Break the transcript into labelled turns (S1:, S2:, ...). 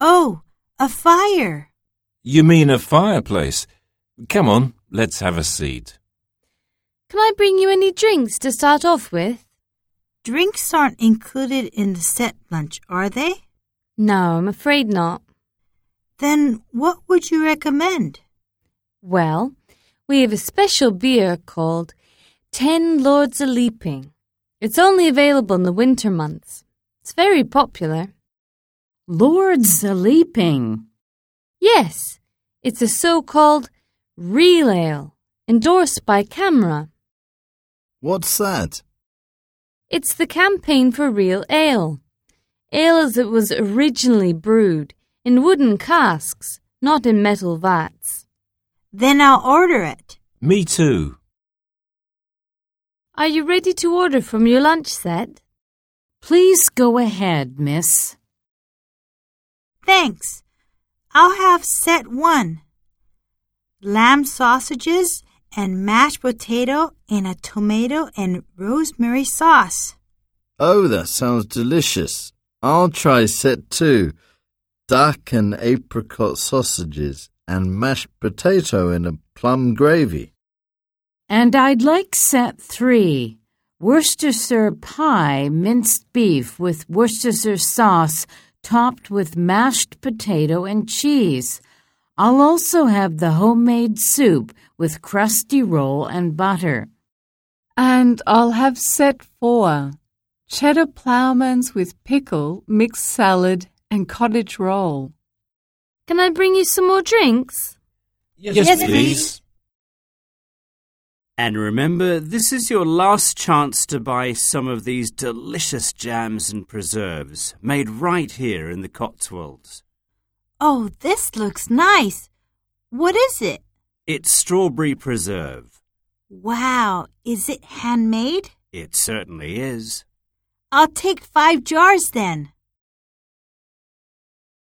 S1: Oh, a fire.
S2: You mean a fireplace? Come on, let's have a seat.
S3: Can I bring you any drinks to start off with?
S1: Drinks aren't included in the set lunch, are they?
S3: No, I'm afraid not.
S1: Then what would you recommend?
S3: Well, we have a special beer called Ten Lords a Leaping. It's only available in the winter months. It's very popular.
S4: Lords a leaping.
S3: Yes, it's a so called real ale, endorsed by Camera.
S5: What's that?
S3: It's the campaign for real ale. Ale as it was originally brewed, in wooden casks, not in metal vats.
S1: Then I'll order it.
S2: Me too.
S3: Are you ready to order from your lunch set?
S4: Please go ahead, miss.
S1: Thanks. I'll have set one lamb sausages and mashed potato in a tomato and rosemary sauce.
S5: Oh, that sounds delicious. I'll try set two duck and apricot sausages and mashed potato in a plum gravy.
S4: And I'd like set three Worcestershire pie, minced beef with Worcestershire sauce, topped with mashed potato and cheese. I'll also have the homemade soup with crusty roll and butter.
S6: And I'll have set four cheddar ploughmans with pickle, mixed salad, and cottage roll.
S3: Can I bring you some more drinks?
S2: Yes,
S3: Yes, please.
S7: And remember, this is your last chance to buy some of these delicious jams and preserves made right here in the Cotswolds.
S1: Oh, this looks nice. What is it?
S7: It's strawberry preserve.
S1: Wow, is it handmade?
S7: It certainly is.
S1: I'll take five jars then.